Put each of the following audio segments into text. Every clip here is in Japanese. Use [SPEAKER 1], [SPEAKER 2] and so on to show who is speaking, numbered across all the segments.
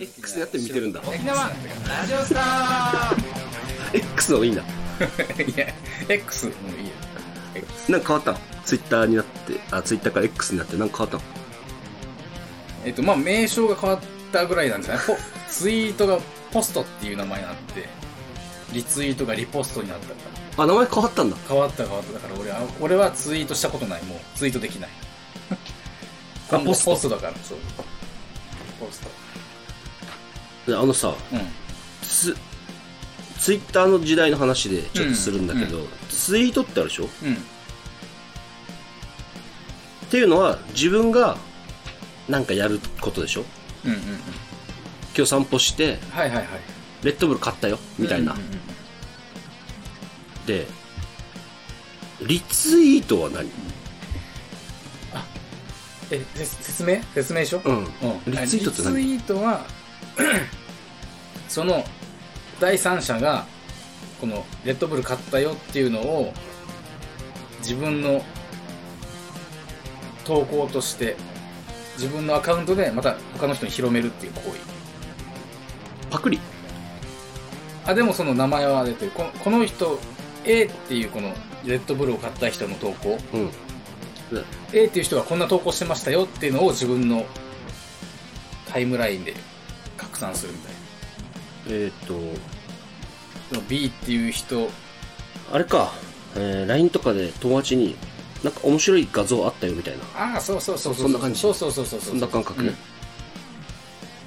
[SPEAKER 1] X でやって見てるんだ。
[SPEAKER 2] 沖縄ラジオスター
[SPEAKER 1] X の方がいいんだ。
[SPEAKER 2] いや、X もういいよ。X。
[SPEAKER 1] なんか変わったのツイッターになって、あ、ツイッターから X になってなんか変わっ
[SPEAKER 2] えっと、まあ名称が変わったぐらいなんじゃないポツイートがポストっていう名前になって、リツイートがリポストになったから。
[SPEAKER 1] たのあ、名前変わったんだ。
[SPEAKER 2] 変わった変わった。だから俺は、俺はツイートしたことない。もうツイートでき ない。
[SPEAKER 1] あ
[SPEAKER 2] 今度
[SPEAKER 1] ポスト
[SPEAKER 2] ポストだから、そう。ポスト。
[SPEAKER 1] であのさ、
[SPEAKER 2] うん。
[SPEAKER 1] ツ、ツイッターの時代の話でちょっとするんだけど、ツイートってあるでしょっ
[SPEAKER 2] うん。
[SPEAKER 1] ていうのは自分がなんかやることでしょ
[SPEAKER 2] うんうんうん。
[SPEAKER 1] 今日散歩して、
[SPEAKER 2] はいはいはい。
[SPEAKER 1] レッドブル買ったよ、みたいな。
[SPEAKER 2] うんうんうん
[SPEAKER 1] で、リツイートは何
[SPEAKER 2] え、せ説明説明しよう。
[SPEAKER 1] うん。リツイートって何
[SPEAKER 2] リツイートは、 その、第三者が、この、レッドブル買ったよっていうのを、自分の投稿として、自分のアカウントでまた他の人に広めるっていう行為。
[SPEAKER 1] パクリ
[SPEAKER 2] あ、でもその名前は出てる。このこの人、A っていうこの、レッドブルを買った人の投稿。
[SPEAKER 1] うん。
[SPEAKER 2] A っていう人がこんな投稿してましたよっていうのを自分のタイムラインで拡散するみたいな。
[SPEAKER 1] えっ、
[SPEAKER 2] その B っていう人、
[SPEAKER 1] と、あれか、えー、LINE とかで友達に、なんか面白い画像あったよみたいな。
[SPEAKER 2] ああ、そうそうそうそう。
[SPEAKER 1] そんな感じ
[SPEAKER 2] そうそうそうそうう。
[SPEAKER 1] そんな感覚ね。
[SPEAKER 2] うん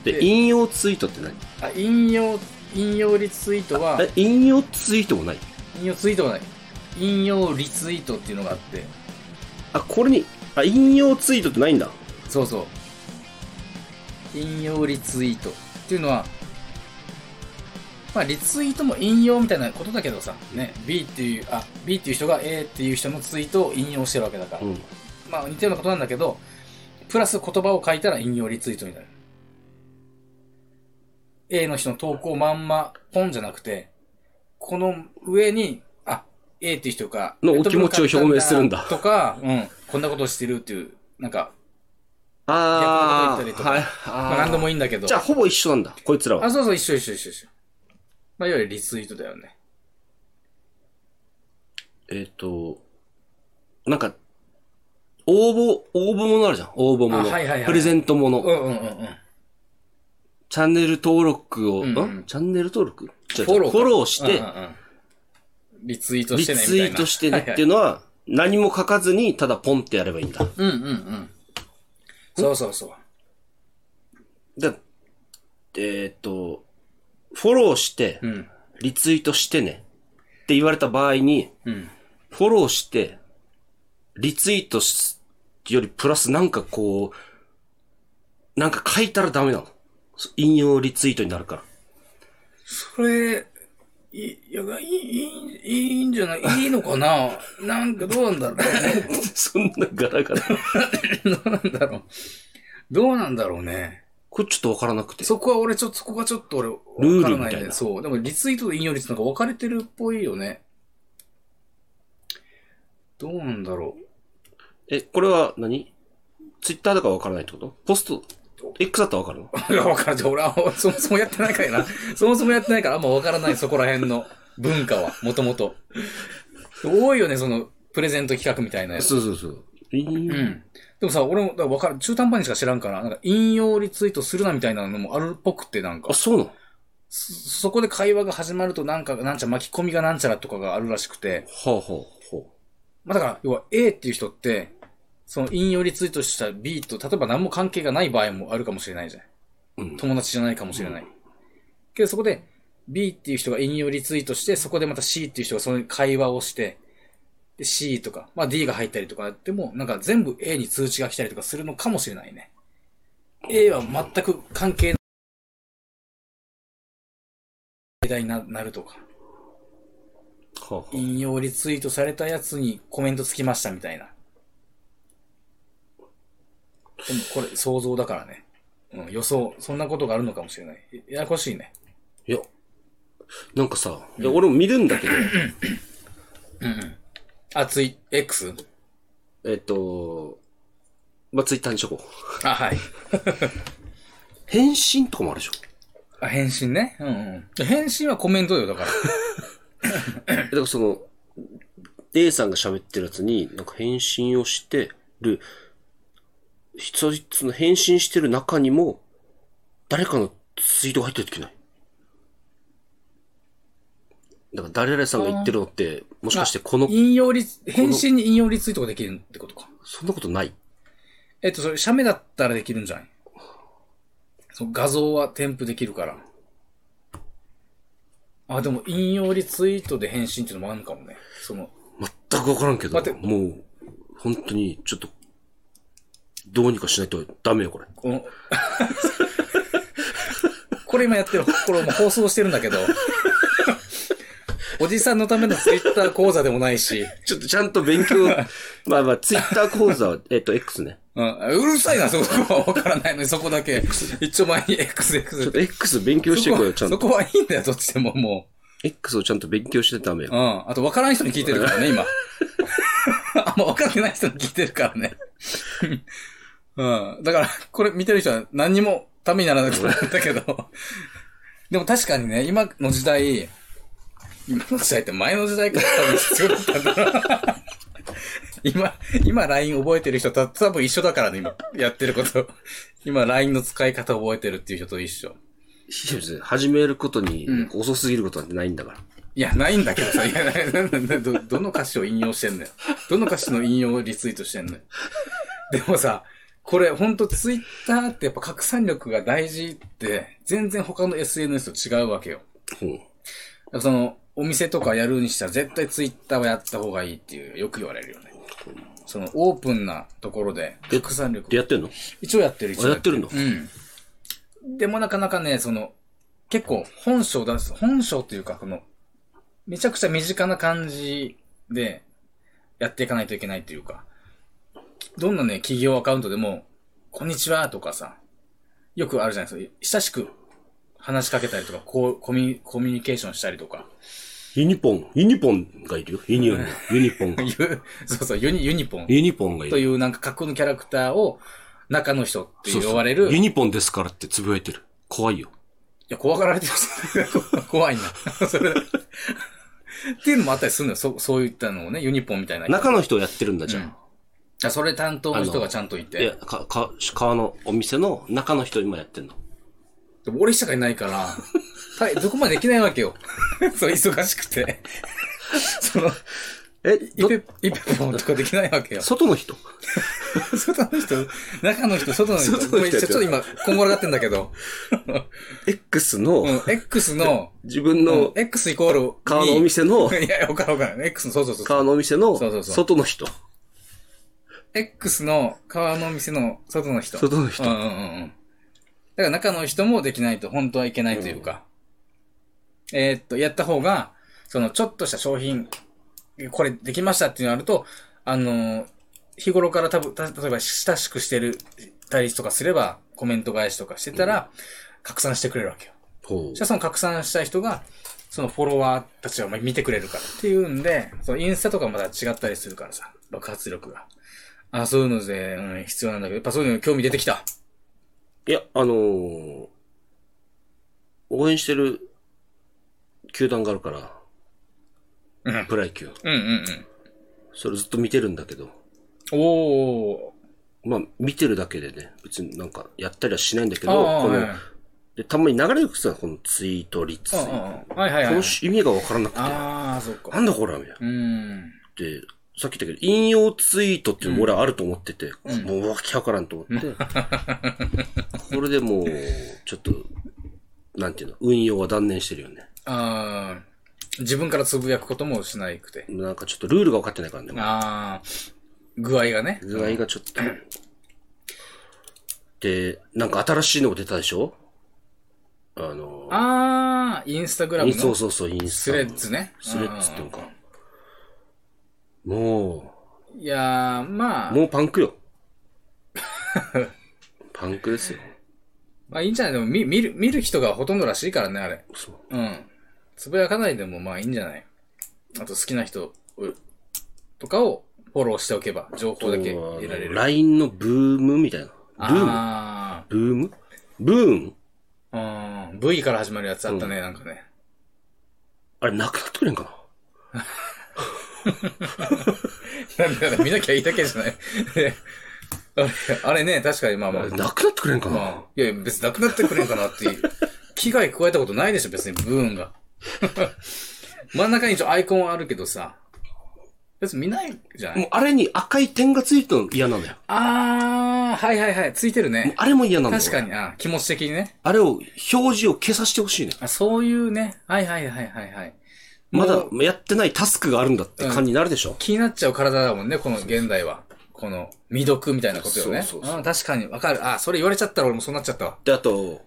[SPEAKER 1] で、
[SPEAKER 2] で
[SPEAKER 1] 引用ツイートって
[SPEAKER 2] うん。あ、引用、引用リツイートは
[SPEAKER 1] 何、え、引用ツイートもない
[SPEAKER 2] 引用ツイートはない。引用リツイートっていうのがあって、
[SPEAKER 1] あ、これに、あ、引用ツイートってないんだ。
[SPEAKER 2] そうそう。引用リツイートっていうのは、まあ、リツイートも引用みたいなことだけどさ、ね、B っていう、あ、B っていう人が A っていう人のツイートを引用してるわけだから、
[SPEAKER 1] うん。
[SPEAKER 2] まあ似たようなことなんだけど、プラス言葉を書いたら引用リツイートになる。A の人の投稿まんま、ポンじゃなくて、この上に、あ、A っていう人が、
[SPEAKER 1] のお気持ちを表明するんだ
[SPEAKER 2] とか、うん、こんなことをしてるっていう、なんか、逆の
[SPEAKER 1] あ
[SPEAKER 2] こと言ったりと
[SPEAKER 1] ー、
[SPEAKER 2] か
[SPEAKER 1] はい、
[SPEAKER 2] まあ
[SPEAKER 1] あ
[SPEAKER 2] 何でも
[SPEAKER 1] い
[SPEAKER 2] いいんだけど。
[SPEAKER 1] じゃあ、ほぼ一緒なんだ、こいつらは
[SPEAKER 2] あ、。そうそう、一緒一緒一緒一緒。まあ、いわゆるリツイートだよね。
[SPEAKER 1] えっ、と、なんか、応募、応募ものあるじゃん。応募もの。
[SPEAKER 2] あはいはいはい
[SPEAKER 1] プレゼントもの、
[SPEAKER 2] うんうんうんうん。
[SPEAKER 1] チャンネル登録を、
[SPEAKER 2] うんうん
[SPEAKER 1] んチャンネル登録違う違う
[SPEAKER 2] フォローか。
[SPEAKER 1] フォローして、
[SPEAKER 2] うんうんうんリツイート
[SPEAKER 1] リ
[SPEAKER 2] してね、みた
[SPEAKER 1] ツ
[SPEAKER 2] い
[SPEAKER 1] イ
[SPEAKER 2] な。
[SPEAKER 1] ートして
[SPEAKER 2] は
[SPEAKER 1] ねっ
[SPEAKER 2] い
[SPEAKER 1] て
[SPEAKER 2] はいいう
[SPEAKER 1] のは、何も書かずに、ただポンってやればいいんだ。
[SPEAKER 2] うんうんうん。そうそうそう。
[SPEAKER 1] で、えっ、と、フォローして、
[SPEAKER 2] うん。
[SPEAKER 1] リツイートしてねって言われた場合に、
[SPEAKER 2] うん。
[SPEAKER 1] フォローして、リツイートしよりプラスなんかこう、なんか書いたらダメなの。引用リツイートになるから。
[SPEAKER 2] それ、い、いや、いい、いい、いいんじゃないいいのかな なんかどうなんだろうね。
[SPEAKER 1] そんなガラガラ。
[SPEAKER 2] どうなんだろう。どうなんだろうね。
[SPEAKER 1] これちょっとわからなくて。
[SPEAKER 2] そこは俺ちょっと、そこがちょっと俺、わ
[SPEAKER 1] ルー
[SPEAKER 2] から
[SPEAKER 1] ル
[SPEAKER 2] な
[SPEAKER 1] み
[SPEAKER 2] い
[SPEAKER 1] たい
[SPEAKER 2] ね。
[SPEAKER 1] な
[SPEAKER 2] そう。でもリツイートと引用率なんか分かれてるっぽいよね。どうなんだろう。
[SPEAKER 1] え、これは何ツイッターだからわからないってことポスト、X だったらわかるの
[SPEAKER 2] いや、わからんじゃん。俺はそもそもやってない からな。そもそもやってないからあんまわからない、そこら辺の文化は、もとも と。多いよね、その、プレゼント企画みたいなやつ。
[SPEAKER 1] そうそうそう。引
[SPEAKER 2] う
[SPEAKER 1] 用
[SPEAKER 2] ん。でもさ、俺も、だからわかる、中途半端にしか知らんから、なんか、引用リツイートするなみたいなのもあるっぽくって、なんか
[SPEAKER 1] あ、、そうなの
[SPEAKER 2] そそこで会話が始まると、なんか、なんちゃ、巻き込みがなんちゃらとかがあるらしくて、
[SPEAKER 1] ほうほうほ
[SPEAKER 2] まあだから、要は A っていう人って、その引用リツイートした B と、例えば何も関係がない場合もあるかもしれないじゃん。
[SPEAKER 1] う。うん。
[SPEAKER 2] 友達じゃないかもしれない。けどそこで B っていう人が引用リツイートして、そこでまた C っていう人がその会話をして、で C とか、まあ D が入ったりとかやっても、なんか全部 A に通知が来たりとかするのかもしれないね。A は全く関係ない。にななるとか、
[SPEAKER 1] ほうほう。
[SPEAKER 2] 引用リツイートされたやつにコメントつきましたみたいな。でもこれ想像だからね。うん、予想。そんなことがあるのかもしれない。ややこしいね。
[SPEAKER 1] いや、なんかさ、いや俺も見るんだけど、
[SPEAKER 2] あ、ツイ、X?
[SPEAKER 1] えっと、まあ、ツイッターにしとこう。
[SPEAKER 2] あ、はい。
[SPEAKER 1] 返信とかもあるでしょ
[SPEAKER 2] あ、返信ね。うんうん。返信はコメントだよ、 だから。
[SPEAKER 1] えだからその、A さんが喋ってるやつに、なんか返信をしてる、そいつの返信してる中にも、誰かのツイートが入ってるときない。だから誰々さんが言ってるのって、もしかしてこの、
[SPEAKER 2] 引用リツ、返信に引用リツイートができるってことか。
[SPEAKER 1] そんなことない。
[SPEAKER 2] えっと、それ、写メだったらできるんじゃないその画像は添付できるから。あ、でも、引用リツイートで返信っていうのもあるのかもね。その、
[SPEAKER 1] 全くわからんけど、
[SPEAKER 2] 待って
[SPEAKER 1] もう、本当に、ちょっと、どうにかしないとダメよ、これ。
[SPEAKER 2] この、これ今やってる、これもう放送してるんだけど、おじさんのためのツイッター講座でもないし、
[SPEAKER 1] ちょっとちゃんと勉強、 まあまあ、ツイッター講座は、えっと、X ね。
[SPEAKER 2] うん、うるさいな、そこはわからないのに、そこだけ、一応前に XX
[SPEAKER 1] ちょ
[SPEAKER 2] っ
[SPEAKER 1] っと X 勉強していこうよ、ちゃん
[SPEAKER 2] そ
[SPEAKER 1] と。
[SPEAKER 2] こはいいんだよ、どっちでもも
[SPEAKER 1] X をちゃんと勉強してダメよ
[SPEAKER 2] う。う。ん。あと、わからん人に聞いてるからね、今。あんまわかってない人に聞いてるからね。うん。だから、これ見てる人は何にもためにならなくなったけど。でも確かにね、今の時代、今の時代って前の時代から多分必要だったんだな今、今 LINE 覚えてる人と多分一緒だからね、今やってること。今 LINE の使い方覚えてるっていう人と一緒。
[SPEAKER 1] いや別に始めることに
[SPEAKER 2] うん
[SPEAKER 1] 遅すぎることなんてないんだから。
[SPEAKER 2] いや、ないんだけどさ。いや、なななど、どの歌詞を引用してんのよ。どの歌詞の引用をリツイートしてんのよ。でもさ、これほんとツイッターってやっぱ拡散力が大事って、全然他の SNS と違うわけよ。
[SPEAKER 1] う
[SPEAKER 2] だ
[SPEAKER 1] ん。
[SPEAKER 2] からその、お店とかやるにしたら絶対ツイッターはやった方がいいっていう、よく言われるよね。その、オープンなところで、拡散力
[SPEAKER 1] で、。やってんの
[SPEAKER 2] 一応やってる、一応
[SPEAKER 1] あ、やってるの
[SPEAKER 2] うん。でもなかなかね、その、結構本性出す、本性というか、この、めちゃくちゃ身近な感じでやっていかないといけないというか、どんなね、企業アカウントでも、こんにちはとかさ、よくあるじゃないですか。親しく話しかけたりとか、こう、コミュコミュニケーションしたりとか、
[SPEAKER 1] ユニポン、ユニポンがいるよ。ユニオンの、ユニポンが。
[SPEAKER 2] ユそうそう、ユニ、ユニポン
[SPEAKER 1] ユニポンがい
[SPEAKER 2] と
[SPEAKER 1] る。
[SPEAKER 2] いうなんか架空のキャラクターを中の人って
[SPEAKER 1] そうそう
[SPEAKER 2] 呼ばれる。
[SPEAKER 1] ユニポンですからってつぶやいてる。怖いよ。
[SPEAKER 2] いや、怖がられてます。 怖いな。それ。っていうのもあったりするのよ。そそういったのをね、ユニポンみたいな。
[SPEAKER 1] 中の人をやってるんだ、じゃ
[SPEAKER 2] あそれ担当の人がちゃんとい
[SPEAKER 1] あ。いや、
[SPEAKER 2] て。
[SPEAKER 1] か、か、川のお店の中の人今やってんの。
[SPEAKER 2] でも俺しかいないから、はい、どこまでできないわけよ。 そう、忙しくて。 その、
[SPEAKER 1] え、
[SPEAKER 2] イペ、イペポンとかできないわけよ。
[SPEAKER 1] 外の人
[SPEAKER 2] 外の人、中の人、外の人。
[SPEAKER 1] 外の人
[SPEAKER 2] ごめんちょちょっと今、こんがらがってんだけど。
[SPEAKER 1] ?X の、
[SPEAKER 2] うん、X の、
[SPEAKER 1] 自分
[SPEAKER 2] う
[SPEAKER 1] の
[SPEAKER 2] ん、X イコール、
[SPEAKER 1] 川のお店の、
[SPEAKER 2] いや、わからんわからん。X の、そうそうそうそう。
[SPEAKER 1] 川のお店の
[SPEAKER 2] そうそう、そう
[SPEAKER 1] 外の人。
[SPEAKER 2] X の川の店の外の人。
[SPEAKER 1] 外の人
[SPEAKER 2] うんうんうんうん。だから中の人もできないと、本当はいけないというか。えーっと、やった方が、その、ちょっとした商品、これできましたっていうのがあると、あのー日頃から多分、た例えば親しくしてる、たりとかすれば、コメント返しとかしてたら、拡散してくれるわけよ。
[SPEAKER 1] ほ
[SPEAKER 2] そしたらその拡散した人が、そのフォロワーたちが見てくれるからっていうんで、そのインスタとかまた違ったりするからさ、爆発力が。あそういうので、うん、必要なんだけど、やっぱそういうの興味出てきた。
[SPEAKER 1] う。いや、あのー、応援してる球団があるから、
[SPEAKER 2] うん。うん
[SPEAKER 1] プロ野球。
[SPEAKER 2] うんうん。
[SPEAKER 1] それずっと見てるんだけど、
[SPEAKER 2] おー。
[SPEAKER 1] まあ見てるだけでね、別になんかやったりはしないんだけど、
[SPEAKER 2] ああ、
[SPEAKER 1] こ
[SPEAKER 2] はい
[SPEAKER 1] のでたまに流れるくさ、このツイート、リツイート。
[SPEAKER 2] はいはい
[SPEAKER 1] こ
[SPEAKER 2] は
[SPEAKER 1] の
[SPEAKER 2] い。
[SPEAKER 1] し意味がわからなくて、な
[SPEAKER 2] ああ、そっか。
[SPEAKER 1] んだこれはみたいな。
[SPEAKER 2] うん。
[SPEAKER 1] で、さっき言ったけど、引用ツイートっていうのも俺はあると思ってて、
[SPEAKER 2] うん
[SPEAKER 1] もうわけわからんと思って、 これでもう、ちょっと、なんていうの、運用は断念してるよね。
[SPEAKER 2] ああ、自分からつぶやくこともしないくて。
[SPEAKER 1] なんかちょっとルールが分かってないからね。
[SPEAKER 2] ああ、具合がね。
[SPEAKER 1] 具合がちょっと。で、なんか新しいのが出たでしょあの、
[SPEAKER 2] ああ、インスタグラム
[SPEAKER 1] インそう
[SPEAKER 2] の
[SPEAKER 1] そうそう、インス
[SPEAKER 2] ス
[SPEAKER 1] タ
[SPEAKER 2] レ
[SPEAKER 1] の。
[SPEAKER 2] ッズね。
[SPEAKER 1] スレッズっていうか。も
[SPEAKER 2] うん。いやー、まあ
[SPEAKER 1] う、。もうパン クよ。パンクですよ。
[SPEAKER 2] まあいいんじゃないでも見、見る、見る人がほとんどらしいからね、あれ。
[SPEAKER 1] そう。
[SPEAKER 2] うん。つぶやかないでもまあいいんじゃないあと好きな人をとかをフォローしておけば、情報だけ得られる。
[SPEAKER 1] LINE のブームみたいな。ブーム
[SPEAKER 2] あ
[SPEAKER 1] ブームブーン
[SPEAKER 2] うん。V から始まるやつあったね、なんかね。
[SPEAKER 1] あれ、なくなってくれんかな
[SPEAKER 2] なんだから見なきゃいいだけじゃない。 あれ、あれね、確かにまあまあ
[SPEAKER 1] あれ。なくなってくれんかな、
[SPEAKER 2] まあ、いやいや、別になくなってくれんかなっていう。危害加えたことないでしょ、別に、ブーンが。 真ん中に一応アイコンはあるけどさ。別に見ないじゃない
[SPEAKER 1] もうあれに赤い点がついてるの嫌なのよ。
[SPEAKER 2] あー、はいはいはい、ついてる
[SPEAKER 1] もう
[SPEAKER 2] ね。
[SPEAKER 1] あれも嫌なのよ。
[SPEAKER 2] 確かに、あー気持ち的にね。
[SPEAKER 1] あれを、表示を消させてほしいね。
[SPEAKER 2] あそういうね。はいはいはいはいはい。
[SPEAKER 1] まだ
[SPEAKER 2] もう
[SPEAKER 1] やってないタスクがあるんだって感じになるでしょ、
[SPEAKER 2] 気になっちゃう体だもんね、この現代は。この、未読みたいなことよね。
[SPEAKER 1] そうそうそう
[SPEAKER 2] あー確かに、わかる。あー、それ言われちゃったら俺もそうなっちゃったわ。
[SPEAKER 1] で、あと、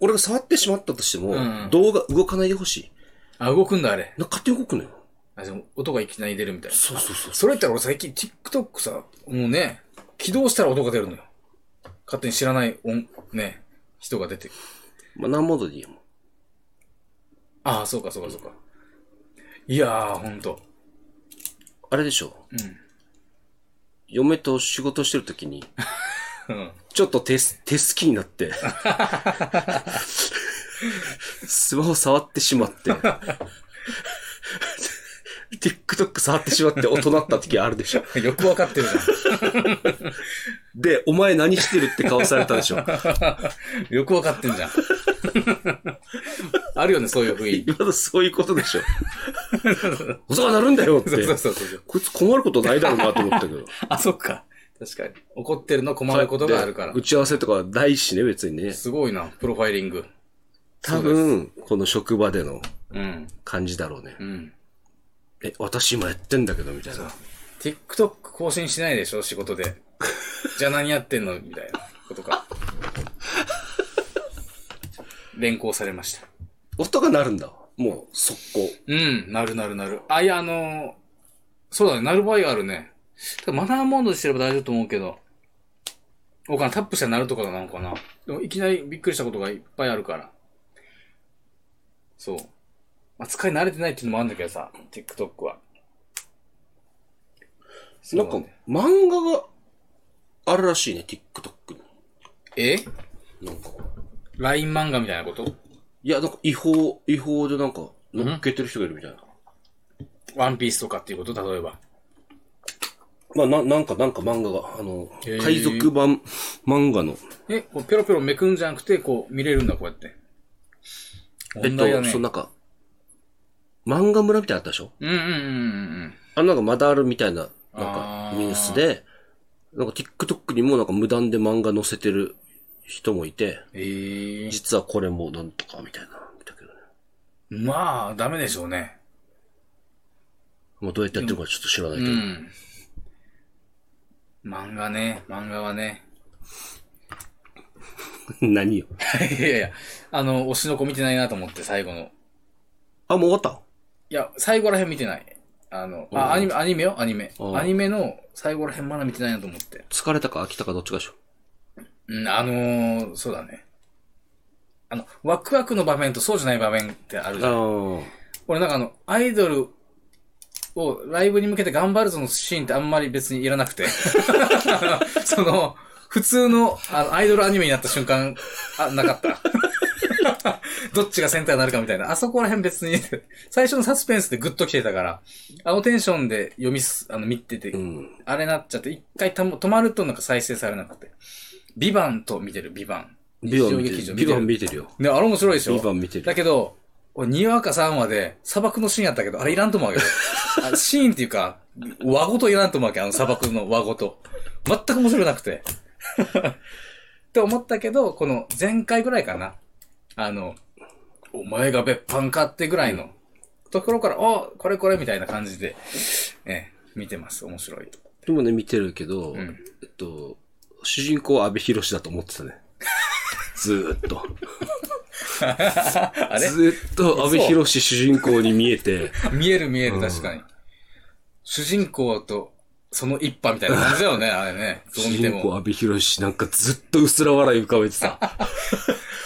[SPEAKER 1] 俺が触ってしまったとしても、
[SPEAKER 2] うん
[SPEAKER 1] 動画動かないでほしい。
[SPEAKER 2] あ、動くんだ、あれ。
[SPEAKER 1] なんか勝手に動くのよ。
[SPEAKER 2] あでも音がいきなり出るみたいな。
[SPEAKER 1] そうそうそう。
[SPEAKER 2] それ言ったら俺最近 TikTok さ、もうね、起動したら音が出るのよ。勝手に知らない音、ね、人が出てくる。
[SPEAKER 1] マナーモードでいいよ。も
[SPEAKER 2] ああ、そうかそうかそうか。いやー、ほんと。
[SPEAKER 1] うあれでしょ
[SPEAKER 2] ん
[SPEAKER 1] 嫁と仕事してるときに、
[SPEAKER 2] うん。
[SPEAKER 1] ちょっと手す、手好きになって、スマホ触ってしまって、TikTok 触ってしまって大人った時あるでしょ。
[SPEAKER 2] よくわかってるじ
[SPEAKER 1] で、お前何してるって顔されたでしょ。
[SPEAKER 2] ゃん。よ くわかってんじゃん。あるよね、そういう雰囲気。
[SPEAKER 1] 今のそういうことでしょ。お世話になるんだよっ
[SPEAKER 2] そう
[SPEAKER 1] て
[SPEAKER 2] そ。うそうそう。
[SPEAKER 1] こいつ困ることないだろうなと思ったけど。
[SPEAKER 2] あ、そっか。確かに。怒ってるの困ることがあるから
[SPEAKER 1] で打。ち合わせとかはないしね、別にね。
[SPEAKER 2] すごいな、プロファイリング。
[SPEAKER 1] 多分、この職場での
[SPEAKER 2] うん。
[SPEAKER 1] 感じだろうね
[SPEAKER 2] う。ん。
[SPEAKER 1] え、私今やってんだけど、みたいな。
[SPEAKER 2] TikTok 更新しないでしょ、仕事で。じゃあ何やってんのみたいなことか。連行されました。
[SPEAKER 1] 音が鳴るんだわ。もう、速攻。
[SPEAKER 2] うん、なるなるなる。あ、いや、あのーそうだね、なる場合があるね。ただマナーモードにしてれば大丈夫と思うけど。おかん、タップしたらなるとかなのかな。でも、いきなりびっくりしたことがいっぱいあるから。そう。まあ、使い慣れてないっていうのもあるんだけどさ、TikTok は。
[SPEAKER 1] なんか、漫画があるらしいね、TikTok
[SPEAKER 2] え
[SPEAKER 1] に。なんか、
[SPEAKER 2] ?LINE 漫画みたいなこと
[SPEAKER 1] いや、なんか違法、違法でなんか、乗っけてる人がいるみたいな。
[SPEAKER 2] ワンピースとかっていうこと例えば。
[SPEAKER 1] まあ、な、なんか、なんか漫画が、あの
[SPEAKER 2] へー、
[SPEAKER 1] 海賊版漫画の、
[SPEAKER 2] え、こうペロペロめくんじゃなくて、こう見れるんだ、こうやって。
[SPEAKER 1] え
[SPEAKER 2] 問
[SPEAKER 1] っ
[SPEAKER 2] 題だ
[SPEAKER 1] と、
[SPEAKER 2] ね。
[SPEAKER 1] そう、なんか、漫画村みたいなのあったでしょ
[SPEAKER 2] うんうんうんうん
[SPEAKER 1] あの、なんかまだあるみたいな、なん
[SPEAKER 2] あ
[SPEAKER 1] か、
[SPEAKER 2] ー
[SPEAKER 1] ニュースで、なんか TikTok にもなんか無断で漫画載せてる人もいて、
[SPEAKER 2] うん。ええ
[SPEAKER 1] 実はこれもなんとかみたいな、見たけどね。
[SPEAKER 2] まあ、ダメでしょうね。
[SPEAKER 1] もうどうやってやってるかちょっと知らないうけど。
[SPEAKER 2] ん。漫画ね、漫画はね。
[SPEAKER 1] 何よ。
[SPEAKER 2] いやいや、あの、推しの子見てないなと思って、最後の。
[SPEAKER 1] あ、もう終わった
[SPEAKER 2] いや、最後らへん見てない。あの、
[SPEAKER 1] うん
[SPEAKER 2] あ、アニメ、アニメよ、アニメ。
[SPEAKER 1] うん
[SPEAKER 2] アニメの最後らへんまだ見てないなと思って。
[SPEAKER 1] 疲れたか飽きたかどっちかでしょ。
[SPEAKER 2] うん、あのー、そうだね。あの、ワクワクの場面とそうじゃない場面ってあるじゃん。
[SPEAKER 1] あ
[SPEAKER 2] 俺なんかあの、アイドルをライブに向けて頑張るぞのシーンってあんまり別にいらなくて。 その、普通のあのアイドルアニメになった瞬間、あ、なかった。 どっちがセンターになるかみたいな。あそこら辺別に、最初のサスペンスでグッと来てたから、あのテンションで読みす、あの、見てて、
[SPEAKER 1] あ。うん。
[SPEAKER 2] あれなっちゃって、一回たも止まるとなんか再生されなくて。ビバンと見てる、ビバン。
[SPEAKER 1] ビバン見
[SPEAKER 2] 日曜
[SPEAKER 1] て
[SPEAKER 2] 劇場
[SPEAKER 1] る。ビバン見てるよ。
[SPEAKER 2] ね、あれ面白いでしょ
[SPEAKER 1] ビバン見て
[SPEAKER 2] だ
[SPEAKER 1] る。
[SPEAKER 2] けど、俺、2話か3話で、砂漠のシーンやったけど、あれいらんと思うわけど。あシーンっていうか、和ごといらんと思うわけ、あの砂漠の和ごと。全く面白くなくて。って思ったけど、この前回ぐらいかな。あの、お前が別班かってぐらいのところから、あこれこれみたいな感じで、ええ、見てます。面白い と。
[SPEAKER 1] でもね、見てるけど、
[SPEAKER 2] ん
[SPEAKER 1] えっと、主人公は安部寛だと思 ってたね。ずーっと。
[SPEAKER 2] あれ
[SPEAKER 1] ずーっと安部寛主人公に見え て、
[SPEAKER 2] 見える見える、確かに。主人公と、その一派みたいな感じだよね、あれね。どう
[SPEAKER 1] 主
[SPEAKER 2] 見て
[SPEAKER 1] 人
[SPEAKER 2] も。
[SPEAKER 1] 公安部寛なんかずっと薄ら笑い浮かべてた。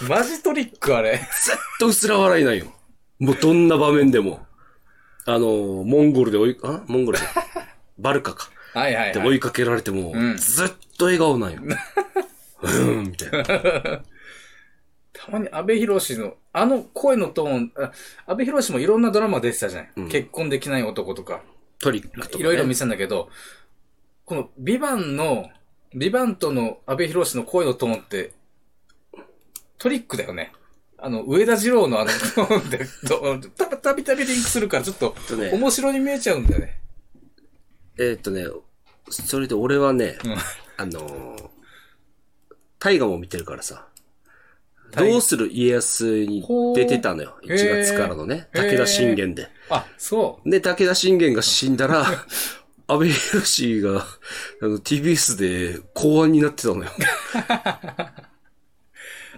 [SPEAKER 2] マジトリックあれ。
[SPEAKER 1] ずっと薄ら笑いなんよ。もうどんな場面でも。あの、モンゴルで追い、あモン ゴルで。バルカか。
[SPEAKER 2] はいはい、
[SPEAKER 1] で
[SPEAKER 2] は
[SPEAKER 1] 追
[SPEAKER 2] い。
[SPEAKER 1] いかけられても、
[SPEAKER 2] うん
[SPEAKER 1] ずっと笑顔なんよ。うん、みたいな。
[SPEAKER 2] たまに安部寛の、あの声のトーン、あ安部寛もいろんなドラマ出てたじゃない、
[SPEAKER 1] うん
[SPEAKER 2] 結婚できない男とか、
[SPEAKER 1] トリックとか、ね。
[SPEAKER 2] いろいろ見せたんだけど、このビバンの、ビバンとの安部寛の声のトーンって、トリックだよね。あの、上田二郎のあのトーンで、どたたびたびリンクするから、ちょっと
[SPEAKER 1] えっとね、
[SPEAKER 2] 面白に見えちゃうんだよね。
[SPEAKER 1] えっとね、それで俺はね、
[SPEAKER 2] うん
[SPEAKER 1] あのー、大河も見てるからさ、
[SPEAKER 2] 大河
[SPEAKER 1] どうする家康に出てたのよ。
[SPEAKER 2] ほう
[SPEAKER 1] 1月からのね、
[SPEAKER 2] へー
[SPEAKER 1] 武田信玄で。
[SPEAKER 2] あ、そう。
[SPEAKER 1] で、武田信玄が死ん だら、安倍博が、あの、TBS で公安になってたのよ。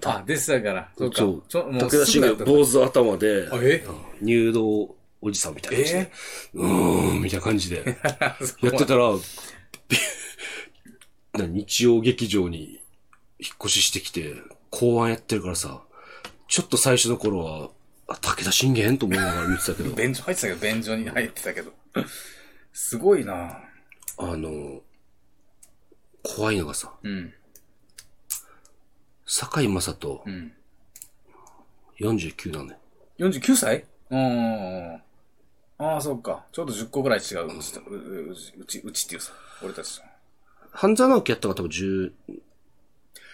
[SPEAKER 2] あ、出てたから。そうか。
[SPEAKER 1] そう
[SPEAKER 2] ちょもう
[SPEAKER 1] 武田信
[SPEAKER 2] す
[SPEAKER 1] 玄
[SPEAKER 2] ぐだった
[SPEAKER 1] 坊主頭で、
[SPEAKER 2] あえ
[SPEAKER 1] 入道おじさんみたいな感じで、
[SPEAKER 2] え
[SPEAKER 1] うーん、みたいな感 じで、やってたら、 な日曜劇場に引っ越ししてきて、公安やってるからさ、ちょっと最初の頃は、あ、武田信玄と思いながら見てたけど、
[SPEAKER 2] 便所入ってたけど、便所に入ってたけど。すごいな
[SPEAKER 1] あの、怖いのがさ、
[SPEAKER 2] うん。
[SPEAKER 1] 堺井雅人
[SPEAKER 2] うん。
[SPEAKER 1] 49なのよ。
[SPEAKER 2] 49歳うん。ああ、そうか。ちょうど10個ぐらい違う。うち、ううち、うちっていうさ、俺たちと。
[SPEAKER 1] 半沢直樹やったのが多分10、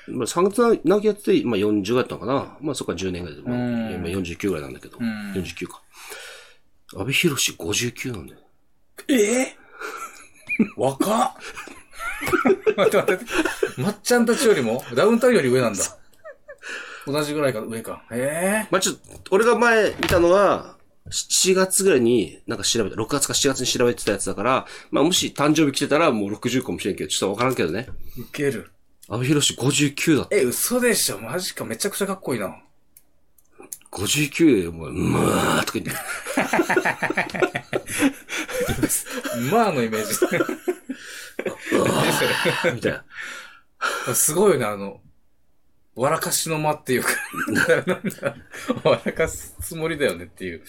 [SPEAKER 1] まあ、半沢直樹やってて、まあ40ぐらいだったのかな。まあそこから10年ぐらいで、まあ
[SPEAKER 2] うん
[SPEAKER 1] 今49ぐらいなんだけど、
[SPEAKER 2] ん
[SPEAKER 1] 49か。安倍博士59なんだよ。
[SPEAKER 2] ええ若っ待って待って待って。まっちゃんたちよりも、ダウンタウンより上なんだ。同じぐらいか、上か。ええ
[SPEAKER 1] まあちょっと、俺が前見たのは、7月ぐらいになんか調べた、6月か7月に調べてたやつだから、まあもし誕生日来てたらもう60かもしれんけど、ちょっとわからんけどね。
[SPEAKER 2] ウケる。
[SPEAKER 1] 安倍博士59だって。
[SPEAKER 2] え、嘘でしょマジか。めちゃくちゃかっこいいな。
[SPEAKER 1] 59で、もう、まあとか言って。
[SPEAKER 2] まあのイメージ。
[SPEAKER 1] みたいな。
[SPEAKER 2] すごいよね、あの、笑かしの間っていうか、なんだ 笑かすつもりだよねっていう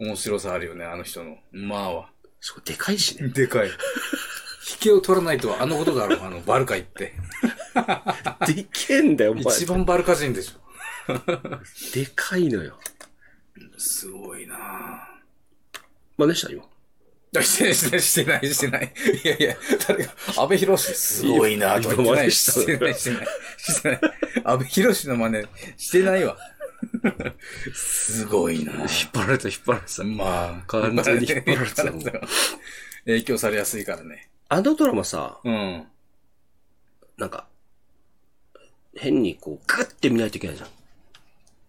[SPEAKER 2] 面白さあるよね、あの人の。まあは。
[SPEAKER 1] すごいでか いしね。
[SPEAKER 2] でかい。引けを取らないとはあのことだろう、あの、バルカ行って。
[SPEAKER 1] でけえんだよ、お前。
[SPEAKER 2] 一番バルカ人でしょ。
[SPEAKER 1] でかいのよ。
[SPEAKER 2] すごいなぁ。
[SPEAKER 1] 真似した今。
[SPEAKER 2] いや してない、してない、してない、してない。いやいや、誰か、安倍博士すごいなぁとか言ってない。し
[SPEAKER 1] 今
[SPEAKER 2] て
[SPEAKER 1] 今真
[SPEAKER 2] ない、してない、してない。安倍博士の真似してないわ。すごいなぁ
[SPEAKER 1] 引っ張られた、引っ張られた。
[SPEAKER 2] まあ、
[SPEAKER 1] 完全に引っ張られてたもん
[SPEAKER 2] 影響されやすいからね。
[SPEAKER 1] あのドラマさ、
[SPEAKER 2] うん。
[SPEAKER 1] なんか、変にこう、グッて見ないといけないじゃん。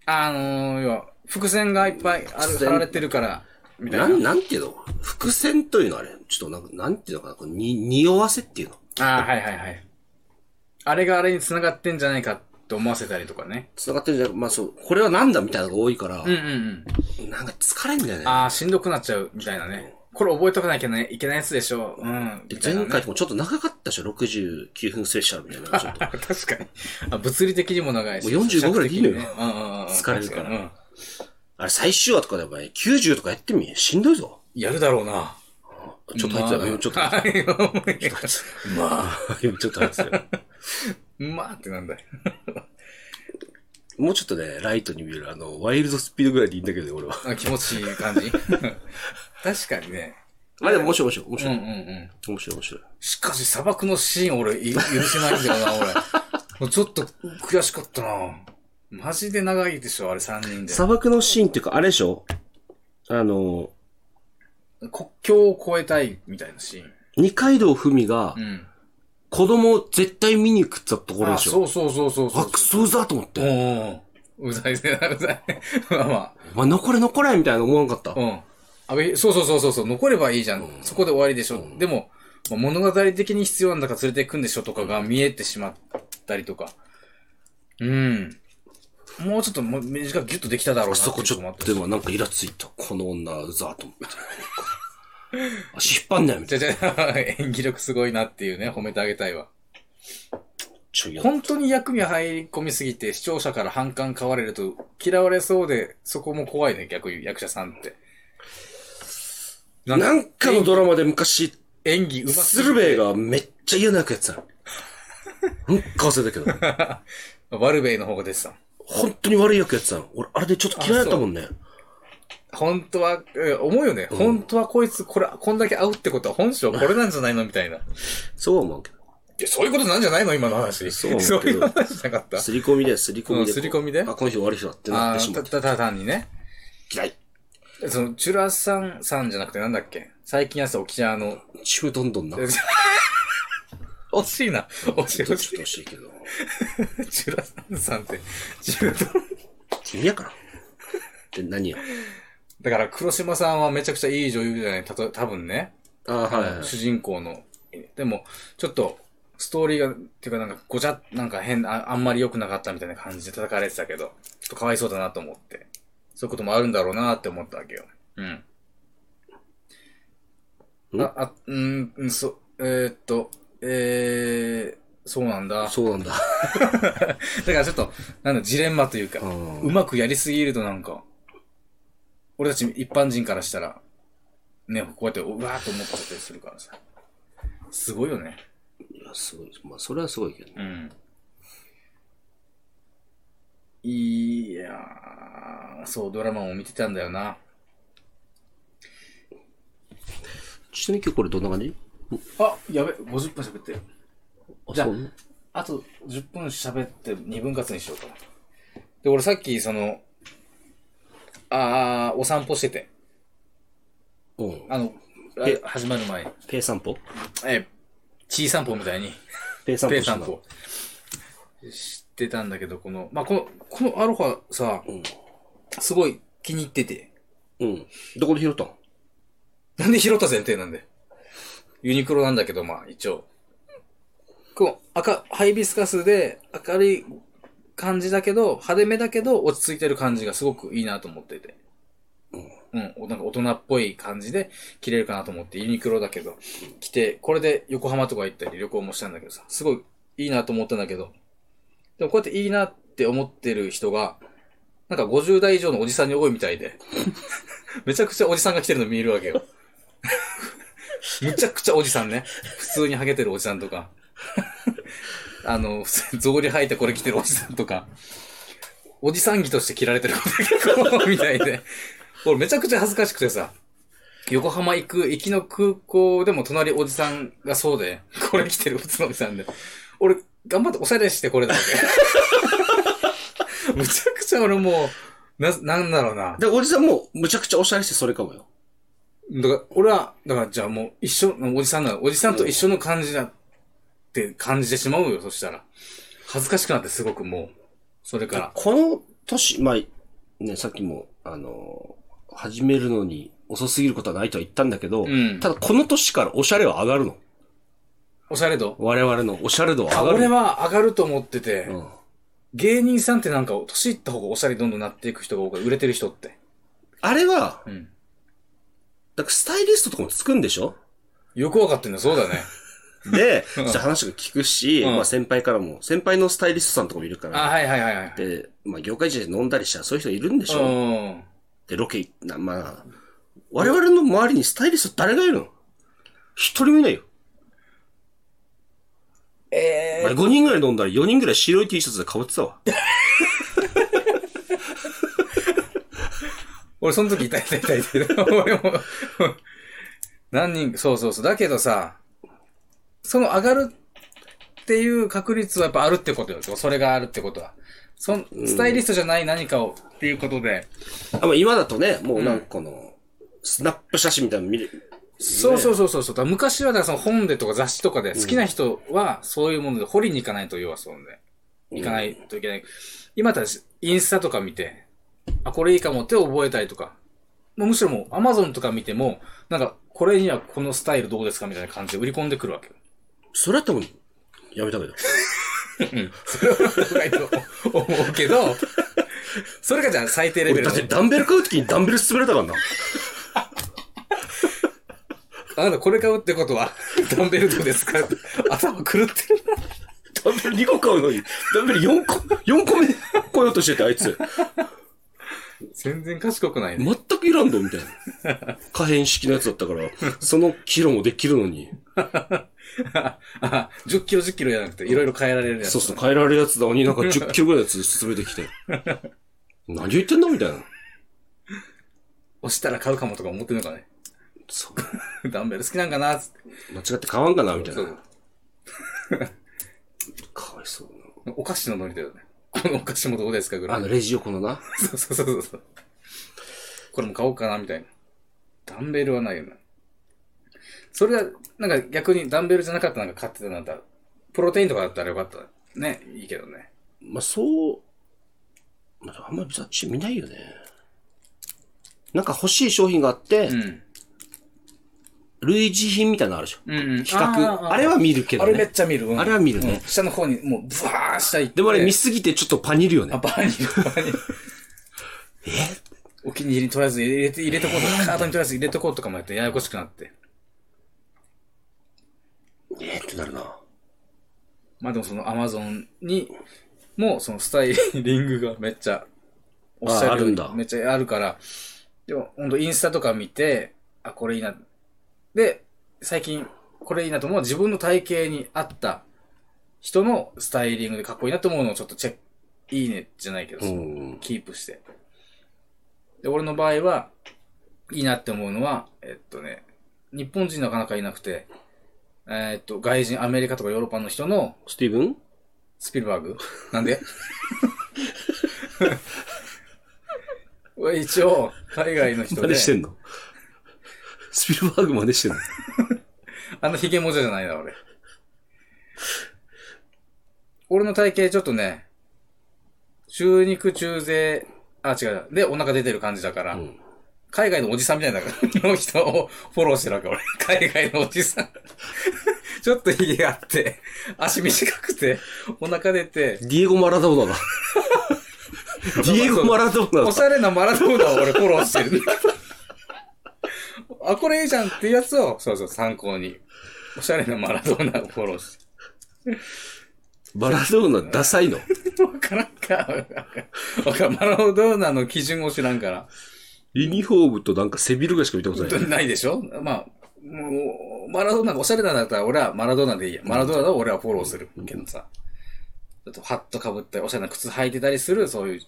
[SPEAKER 2] あのー、要は、伏線がいっぱいある、
[SPEAKER 1] 伏線
[SPEAKER 2] 貼られてるから、みた
[SPEAKER 1] ないん、
[SPEAKER 2] な。
[SPEAKER 1] なんていうの伏線というのはあれちょっとなんか、なんていうのかなこうに、匂わせっていうの
[SPEAKER 2] ああ、はいはいはい。あれがあれに繋がってんじゃないかと思わせたりとかね。
[SPEAKER 1] 繋がってるじゃん。まあそう、これはなんだみたいなのが多いから、
[SPEAKER 2] うんうんうん。
[SPEAKER 1] なんか疲れんだよね。
[SPEAKER 2] ああ、しんどくなっちゃう、みたいなね。これ覚えとかなきゃいけないやつでしょう。うん。
[SPEAKER 1] で
[SPEAKER 2] みたいなね
[SPEAKER 1] 前回とかちょっと長かったでしょ ?69 分スペシャルみたいなのがちょっ と。
[SPEAKER 2] あ確かに。あ、物理的にも長いし。
[SPEAKER 1] もう45ぐらいでいいのよ
[SPEAKER 2] 尺的にねうんうんうん。
[SPEAKER 1] 疲れるから
[SPEAKER 2] 確にうん
[SPEAKER 1] あれ最終話とかでお前90とかやってみしんどいぞ。
[SPEAKER 2] やるだろうな。
[SPEAKER 1] ちょっと入ってたよ。 ちょっと入って
[SPEAKER 2] た。まあ。
[SPEAKER 1] てた。ちょっと入ってたよ。
[SPEAKER 2] まあってなんだよ。
[SPEAKER 1] もうちょっとね、ライトに見える、あの、ワイルドスピードぐらいでいいんだけどね、俺は。
[SPEAKER 2] あ気持ちいい感 じ。確かにね。
[SPEAKER 1] まあでも面白い面白い、面
[SPEAKER 2] うん
[SPEAKER 1] 白
[SPEAKER 2] う
[SPEAKER 1] い。
[SPEAKER 2] んうん。
[SPEAKER 1] 面白い面白い。
[SPEAKER 2] しかし砂漠のシーン俺い許せないんだよな、俺。もうちょっと悔しかったな。マジで長いでしょ、あれ3人で。
[SPEAKER 1] 砂漠のシーンっていうか、あれでしょあの、
[SPEAKER 2] 国境を越えたいみたいなシーン。
[SPEAKER 1] 二階堂ふみが
[SPEAKER 2] う、ん。
[SPEAKER 1] 子供を絶対見に行くって言ったところ
[SPEAKER 2] あ
[SPEAKER 1] でしょ
[SPEAKER 2] そうそうそうそうそう。
[SPEAKER 1] あ、クソうざと思っ
[SPEAKER 2] う
[SPEAKER 1] て。
[SPEAKER 2] んうんうん。うざいぜ、 うざい。まあま
[SPEAKER 1] お前残れ残れみたいな思わんかった
[SPEAKER 2] あ。。うん。安倍、そうそうそうそうそう、残ればいいじゃん。そこで終わりでしょ。でも、まあ物語的に必要なんだから連れていくんでしょとかが見えてしまったりとか。うん。もうちょっともう短くギュッとできただろうな
[SPEAKER 1] あそこちょ
[SPEAKER 2] もあ
[SPEAKER 1] ったと、
[SPEAKER 2] し
[SPEAKER 1] でもなんかイラついた。この女うざと思って。 足引っ張んなよみた
[SPEAKER 2] じ
[SPEAKER 1] い
[SPEAKER 2] ゃじゃ、演技力すごいなっていうね、褒めてあげたいわ。
[SPEAKER 1] な。ちょいや
[SPEAKER 2] 本当に役に入り込みすぎて視聴者から反感買われると嫌われそうで、そこも怖いね、逆に役者さんって。
[SPEAKER 1] なんかのドラマで昔、
[SPEAKER 2] 演技うます
[SPEAKER 1] 鶴瓶がめっ ちゃ嫌な役やってたの。なんか忘れたけど。
[SPEAKER 2] ワルベイの方が出てた。
[SPEAKER 1] 本当に悪い役やってたの。俺、あれでちょっと嫌いだったもんね。
[SPEAKER 2] 本当は、え思うよね。
[SPEAKER 1] うん
[SPEAKER 2] 本当はこいつ、これ、こんだけ会うってことは本性これなんじゃないのみたいな。い
[SPEAKER 1] そうは思うけど。
[SPEAKER 2] や、そういうことなんじゃないの今の話。
[SPEAKER 1] そう思うけ
[SPEAKER 2] そ
[SPEAKER 1] ど
[SPEAKER 2] ういう話じゃなかった。
[SPEAKER 1] すり込みで、すり込み
[SPEAKER 2] う
[SPEAKER 1] で。
[SPEAKER 2] ん刷り込みで
[SPEAKER 1] あ、この人悪い人だって
[SPEAKER 2] あ
[SPEAKER 1] なっ
[SPEAKER 2] あ
[SPEAKER 1] てしま
[SPEAKER 2] ー、、
[SPEAKER 1] った
[SPEAKER 2] た、単にね。
[SPEAKER 1] た。嫌い。
[SPEAKER 2] その、チュラさんさんじゃなくてなんだっけ最近やつ沖縄の。
[SPEAKER 1] ちむどんどんな。
[SPEAKER 2] 惜
[SPEAKER 1] ち
[SPEAKER 2] しいな。惜しい
[SPEAKER 1] ょっと
[SPEAKER 2] 惜
[SPEAKER 1] 惜
[SPEAKER 2] しい。
[SPEAKER 1] しいけど。
[SPEAKER 2] チュラさんさんって、自分の
[SPEAKER 1] 君やから。って何や。
[SPEAKER 2] だから、黒島さんはめちゃくちゃいい女優じゃないたと、多分ね。
[SPEAKER 1] ああ、はいはい。
[SPEAKER 2] 主人公の。でも、ちょっと、ストーリーが、っていうかなんか、ごちゃっ、なんか変あ、あんまり良くなかったみたいな感じで叩かれてたけど、ちょっとかわいそうだなと思って。そういうこともあるんだろうなって思ったわけよ。うん。
[SPEAKER 1] ん
[SPEAKER 2] あ、あ、うん、うんそ、えー、っと、えー、そうなんだ。
[SPEAKER 1] そうなんだ。
[SPEAKER 2] だからちょっと、なんだ、ジレンマというか、
[SPEAKER 1] う。
[SPEAKER 2] うんまくやりすぎるとなんか、俺たち一般人からしたら、ね、こうやって、うわーっと思っちゃったりするからさ。すごいよね。
[SPEAKER 1] いやすごい。まあ、それはすごいけどね。
[SPEAKER 2] うん。いやー、そう、ドラマも見てたんだよな。
[SPEAKER 1] ちなみに今日これどんな感じ
[SPEAKER 2] あ、やべ、50分喋ってる。
[SPEAKER 1] あ、
[SPEAKER 2] じゃあ
[SPEAKER 1] そうね。
[SPEAKER 2] あと10分喋って2分割にしようかな。で、俺さっき、その、あー、お散歩してて、
[SPEAKER 1] うん。
[SPEAKER 2] あの、あ
[SPEAKER 1] え
[SPEAKER 2] 始まる前に、
[SPEAKER 1] ペイ散歩
[SPEAKER 2] え、小散歩みたいに、
[SPEAKER 1] ペイ散歩
[SPEAKER 2] ペイ
[SPEAKER 1] してた
[SPEAKER 2] 散歩。してたんだけど、この、まあ、この、このアロハさ、
[SPEAKER 1] うん
[SPEAKER 2] すごい気に入ってて。
[SPEAKER 1] うん。どこで拾ったの
[SPEAKER 2] なんで拾った前提なんで。ユニクロなんだけど、まあ、一応。こう、赤、ハイビスカスで明るい感じだけど、派手めだけど、落ち着いてる感じがすごくいいなと思ってて。うん、おなんか大人っぽい感じで着れるかなと思って、ユニクロだけど、着て、これで横浜とか行ったり旅行もしたんだけどさ、すごいいいなと思ったんだけど、でもこうやっていいなって思ってる人が、なんか50代以上のおじさんに多いみたいで、めちゃくちゃおじさんが来てるの見えるわけよ。むちゃくちゃおじさんね。普通にハゲてるおじさんとか。あの、普通に草履履いてこれ着てるおじさんとか。おじさん着として着られてることが結構みたいで。俺めちゃくちゃ恥ずかしくてさ。横浜行く、行きの空港でも隣おじさんがそうで、これ着てる普通のおじさんで。俺、頑張っておしゃれしてこれだけ。むちゃくちゃ俺もう、な、なんだろうな。
[SPEAKER 1] で、おじさんも、むちゃくちゃおしゃれしてそれかもよ。
[SPEAKER 2] だから、俺は、だからじゃあもう一緒、おじさんなの、おじさんと一緒の感じだって感じてしまうよ、そしたら。恥ずかしくなってすごくもう、それから。
[SPEAKER 1] この年、まあ、ね、さっきも、あのー、始めるのに遅すぎることはないとは言ったんだけど、
[SPEAKER 2] ん
[SPEAKER 1] ただこの年からおしゃれは上がるの。
[SPEAKER 2] おしゃれ度
[SPEAKER 1] 我々のおしゃれ度は
[SPEAKER 2] あ
[SPEAKER 1] 上がる。
[SPEAKER 2] 俺は上がると思ってて、
[SPEAKER 1] うん。
[SPEAKER 2] 芸人さんってなんか、年いった方がおしゃれどんどんなっていく人が多く売れてる人って。
[SPEAKER 1] あれは、
[SPEAKER 2] うん。
[SPEAKER 1] だからスタイリストとかもつくんでし ょ
[SPEAKER 2] よくわかってんだ、そうだね。
[SPEAKER 1] で、
[SPEAKER 2] う
[SPEAKER 1] そ
[SPEAKER 2] ん
[SPEAKER 1] したら話が聞くし、
[SPEAKER 2] うん
[SPEAKER 1] まあ先輩からも、先輩のスタイリストさんとかもいるか
[SPEAKER 2] あ、
[SPEAKER 1] ら、
[SPEAKER 2] はいはいはいはい。
[SPEAKER 1] で、まあ業界人で飲んだりしたらそういう人いるんでし
[SPEAKER 2] う
[SPEAKER 1] ょ
[SPEAKER 2] ん。
[SPEAKER 1] で、ロケ行った、まあ、我々の周りにスタイリスト誰がいるの一人もいないよ。
[SPEAKER 2] え
[SPEAKER 1] まあ5人ぐらい飲んだら4人ぐらい白い T シャツで被ってたわ。
[SPEAKER 2] 俺その時痛い痛い痛い痛い。俺も、何人か、そうそうそう。だけどさ、その上がるっていう確率はやっぱあるってことよ。それがあるってことは。そんスタイリストじゃない何かをっていうことで。
[SPEAKER 1] あまあ今だとね、もうなんかこの、スナップ写真みたいなの見れ、
[SPEAKER 2] そうそうそうそうそう。だから昔はだからその本でとか雑誌とかで好きな人はそういうもので掘りに行かないと要はそうね。行かないといけない。今だったらインスタとか見て、あ、これいいかもって覚えたりとか。もうむしろもうアマゾンとか見ても、なんかこれにはこのスタイルどうですかみたいな感じで売り込んでくるわけよ。
[SPEAKER 1] それやったらもうやめたけど。
[SPEAKER 2] うん。それはないと 思うけど、それがじゃあ最低レベル
[SPEAKER 1] 俺だ
[SPEAKER 2] の
[SPEAKER 1] ってダンベル買うときにダンベル勧められたからな。
[SPEAKER 2] あなたこれ買うってことは、ダンベルどうですか頭狂ってるな。
[SPEAKER 1] ダンベル2個買うのに、ダンベル4個、4個目来ようとしてて、あいつ。
[SPEAKER 2] 全然賢くないね。
[SPEAKER 1] 全くいらんど、みたいな。可変式のやつだったから、そのキロもできるのに。
[SPEAKER 2] 10キロ10キロじゃなくて、いろいろ変えられるやつ。
[SPEAKER 1] そうそう、変えられるやつだ。鬼なんか10キロぐらいのやつ進めてきて。何を言ってんだみたいな。
[SPEAKER 2] 押したら買うかもとか思ってんのかね。
[SPEAKER 1] そう。
[SPEAKER 2] ダンベル好きなんかなっつって。
[SPEAKER 1] 間違って買わんかなみたい
[SPEAKER 2] そ
[SPEAKER 1] な。
[SPEAKER 2] う
[SPEAKER 1] かわいそう
[SPEAKER 2] お菓子のノリだよね。このお菓子もどうですかぐ
[SPEAKER 1] な。
[SPEAKER 2] ら
[SPEAKER 1] あ
[SPEAKER 2] い。
[SPEAKER 1] の、レジ横のな。
[SPEAKER 2] そうそうそうそう。これも買おうかなみたいな。ダンベルはないよな。それは、なんか逆にダンベルじゃなかったなんか買ってたなんだ。プロテインとかだったらよかった。ね、いいけどね。
[SPEAKER 1] まあ、そう、まあ、あんまり雑誌見ないよね。なんか欲しい商品があって、
[SPEAKER 2] うん。
[SPEAKER 1] 類似品みたいなのあるでしょ。
[SPEAKER 2] うんうん。
[SPEAKER 1] 比較。あれ
[SPEAKER 2] は、
[SPEAKER 1] は見るけど
[SPEAKER 2] あれめ
[SPEAKER 1] ね
[SPEAKER 2] っ。ちゃ見る。うん
[SPEAKER 1] あれは見るね
[SPEAKER 2] うん下の方にもう、ブワー下行って。
[SPEAKER 1] でもあれ見すぎてちょっとパニるよ
[SPEAKER 2] あ、
[SPEAKER 1] ね。
[SPEAKER 2] バーにいる、バーにいる。お気に入りにとりあえず入れて、入れとこうとか、カートにとりあえず入れとこうとかもやって、ややこしくなって。
[SPEAKER 1] えーってなるな。
[SPEAKER 2] まあでもそのアマゾンに、もうそのスタイリングがめっちゃ、おっしゃ
[SPEAKER 1] ああ
[SPEAKER 2] るよ
[SPEAKER 1] る
[SPEAKER 2] うんに
[SPEAKER 1] だ
[SPEAKER 2] めっちゃあるから、でも本当インスタとか見て、あ、これいいな。で、最近これいいなと思う自分の体型に合った人のスタイリングでかっこいいなと思うのをちょっとチェック、いいねじゃないけど、
[SPEAKER 1] う
[SPEAKER 2] その
[SPEAKER 1] ん。
[SPEAKER 2] キープして。で、俺の場合は、いいなって思うのは、えっとね、日本人なかなかいなくて、えーっと、外人、アメリカとかヨーロッパの人の
[SPEAKER 1] スティーブン
[SPEAKER 2] スピルバーグなんで 俺一応、海外の人
[SPEAKER 1] 真
[SPEAKER 2] で
[SPEAKER 1] 似、してんの スピルバーグ真似してんの
[SPEAKER 2] あのヒゲもじゃじゃないな、俺。俺の体型ちょっとね、中肉中背、あ、違う。で、お腹出てる感じだから、
[SPEAKER 1] うん
[SPEAKER 2] 海外のおじさんみたいなの人をフォローしてるわけ、俺。海外のおじさん。ちょっとヒゲがあって、足短くて、お腹出て、
[SPEAKER 1] ディエゴ・マラドーナだ。ディエゴ・マラドーナ
[SPEAKER 2] おし
[SPEAKER 1] だ。
[SPEAKER 2] ゃれなマラドーナを俺フォローしてる。 あ、これいいじゃんっていうやつを、そうそう、参考に。おしゃれなマラドーナをフォローして
[SPEAKER 1] マラドーナダサいの。
[SPEAKER 2] る。わからんか。わからん。マラドーナの基準を知らんから。
[SPEAKER 1] ユニフォームとなんか背びるがしか見たことない。
[SPEAKER 2] ないでしょまあ、もう、マラドーナがおしゃれなんだったら俺はマラドーナでいいや。マラドーナを俺はフォローするけどさ。ちょっとハット被ったり、おしゃれな靴履いてたりする、そういう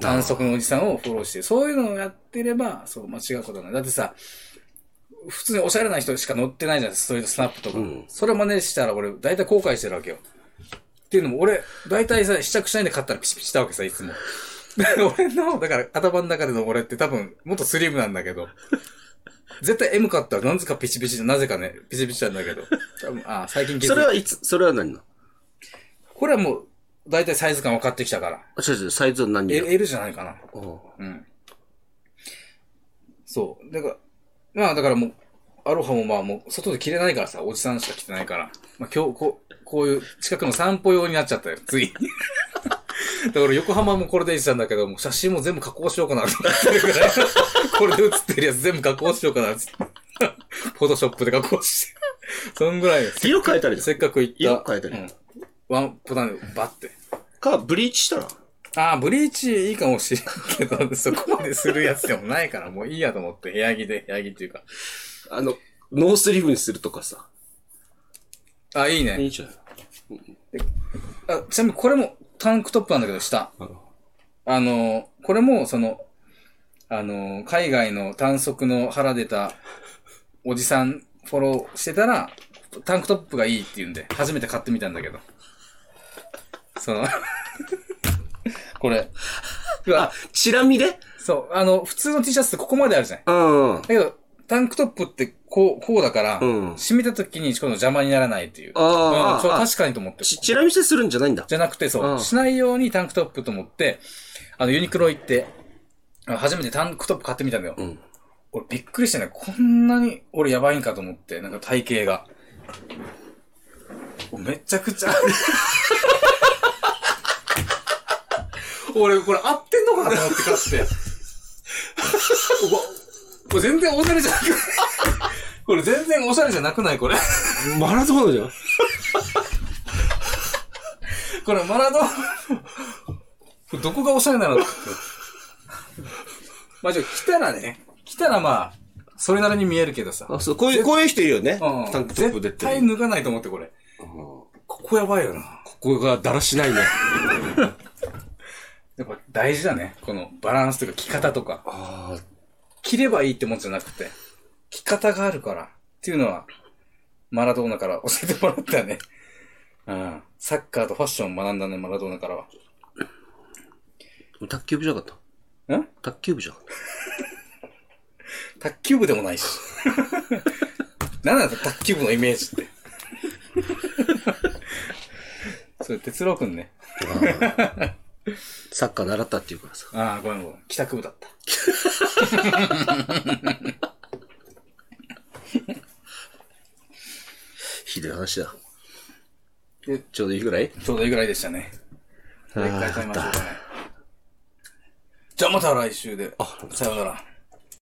[SPEAKER 2] 短足のおじさんをフォローして、そういうのをやってれば、そう、間違うことはない。だってさ、普通におしゃれな人しか乗ってないじゃん、ストリートスナップとか。
[SPEAKER 1] うん
[SPEAKER 2] それ真似したら俺、大体後悔してるわけよ。っていうのも、俺、大体さ、試着しないで買ったらピシピシしたわけさ、いつも。 俺の、だから頭の中での俺って多分、もっとスリムなんだけど。絶対 M 買ったら、なぜかピチピチ、なぜかね、ピチピチなんだけど。多分、あ、最近気づい
[SPEAKER 1] それ
[SPEAKER 2] た。
[SPEAKER 1] はいつ、それは何なの
[SPEAKER 2] これはもう、大体サイズ感分かってきたから。
[SPEAKER 1] あ違う違う、サイズは何
[SPEAKER 2] L, L じゃないかな。
[SPEAKER 1] うん
[SPEAKER 2] うん。そう。だから、まあだからもう、アロハもまあもう、外で着れないからさ、おじさんしか着てないから。まあ今日、こう、こういう近くの散歩用になっちゃったよ、つい に。だから俺横浜もこれで行ってたんだけど、もう写真も全部加工しようかなと思ってるから、 これで写ってるやつ全部加工しようかなっつって。 フォトショップで加工して。そんぐらいよ
[SPEAKER 1] 色変えたり
[SPEAKER 2] せっかく行った。
[SPEAKER 1] 色変えたり
[SPEAKER 2] うんワンポタンでバッて。
[SPEAKER 1] か、ブリーチしたら。
[SPEAKER 2] ああ、ブリーチいいかもしれんけど、そこまでするやつでもないから、もういいやと思って、部屋着で、部屋着っていうか。
[SPEAKER 1] あの、ノースリーブにするとかさ。
[SPEAKER 2] あ、いい
[SPEAKER 1] い
[SPEAKER 2] ね。
[SPEAKER 1] いじゃん。
[SPEAKER 2] あちなみにこれもタンクトップなんだけど、下。
[SPEAKER 1] あ
[SPEAKER 2] あのー、これも、その、あのー、海外の短足の腹出たおじさんフォローしてたら、タンクトップがいいって言うんで、初めて買ってみたんだけど。その、こ れ。
[SPEAKER 1] あ、チラ見で
[SPEAKER 2] そう、あの、普通の T シャツってここまであるじゃん。
[SPEAKER 1] うん。
[SPEAKER 2] だけど、タンクトップってこう、こうだから、
[SPEAKER 1] うん
[SPEAKER 2] 染みた時にこの邪魔にならないっていう。
[SPEAKER 1] ああ
[SPEAKER 2] うんそう
[SPEAKER 1] あ
[SPEAKER 2] 確かにと思って。
[SPEAKER 1] ち、チラ見せするんじゃないんだ。
[SPEAKER 2] じゃなくて、そう、
[SPEAKER 1] うん
[SPEAKER 2] しないようにタンクトップと思って、あの、ユニクロ行って、あ初めてタンクトップ買ってみたんだよ。
[SPEAKER 1] うん。
[SPEAKER 2] 俺びっくりしてね、こんなに俺やばいんかと思って、なんか体型が。めちゃくちゃ。俺これ合ってんのかなと思って買って。うわこれ全然おしゃれじゃなくない。これ全然おしゃれじゃなくないこれ。
[SPEAKER 1] マラドーナじゃん。
[SPEAKER 2] これマラドーナ。これどこがおしゃれなのってまあじゃあ来たらね、来たらまあ、それなりに見えるけどさ。
[SPEAKER 1] あ、そう、こういう、こういう人いるよね。
[SPEAKER 2] うん。
[SPEAKER 1] タンクトッ
[SPEAKER 2] 絶
[SPEAKER 1] プ出てる。
[SPEAKER 2] 対
[SPEAKER 1] うん
[SPEAKER 2] 脱がないと思って、これ。
[SPEAKER 1] こ
[SPEAKER 2] ここやばいよな。
[SPEAKER 1] こがだらしないね。
[SPEAKER 2] やっぱ大事だね。このバランスというか、着方とか。
[SPEAKER 1] ああ、
[SPEAKER 2] 着ればいいってもんじゃなくて、着方があるから。っていうのは、マラドーナから教えてもらったね。うん。サッカーとファッションを学んだね、マラドーナからは。
[SPEAKER 1] 卓球部じゃなかっ
[SPEAKER 2] ん
[SPEAKER 1] た。卓球部じゃなかっ
[SPEAKER 2] 卓球部でもないし。 なんなんだ、卓球部のイメージって。 それ、哲郎くんね。
[SPEAKER 1] た。あーサッカー習ったっていうからさ。
[SPEAKER 2] ああ、ごめんごめん。帰宅部だった。
[SPEAKER 1] ひどい話だ
[SPEAKER 2] え。
[SPEAKER 1] ちょうどいいぐらい
[SPEAKER 2] ちょうどいいぐらいでしたね。
[SPEAKER 1] あ
[SPEAKER 2] 一回買いましょうかね。じゃあまた来週で。あ、さようなら。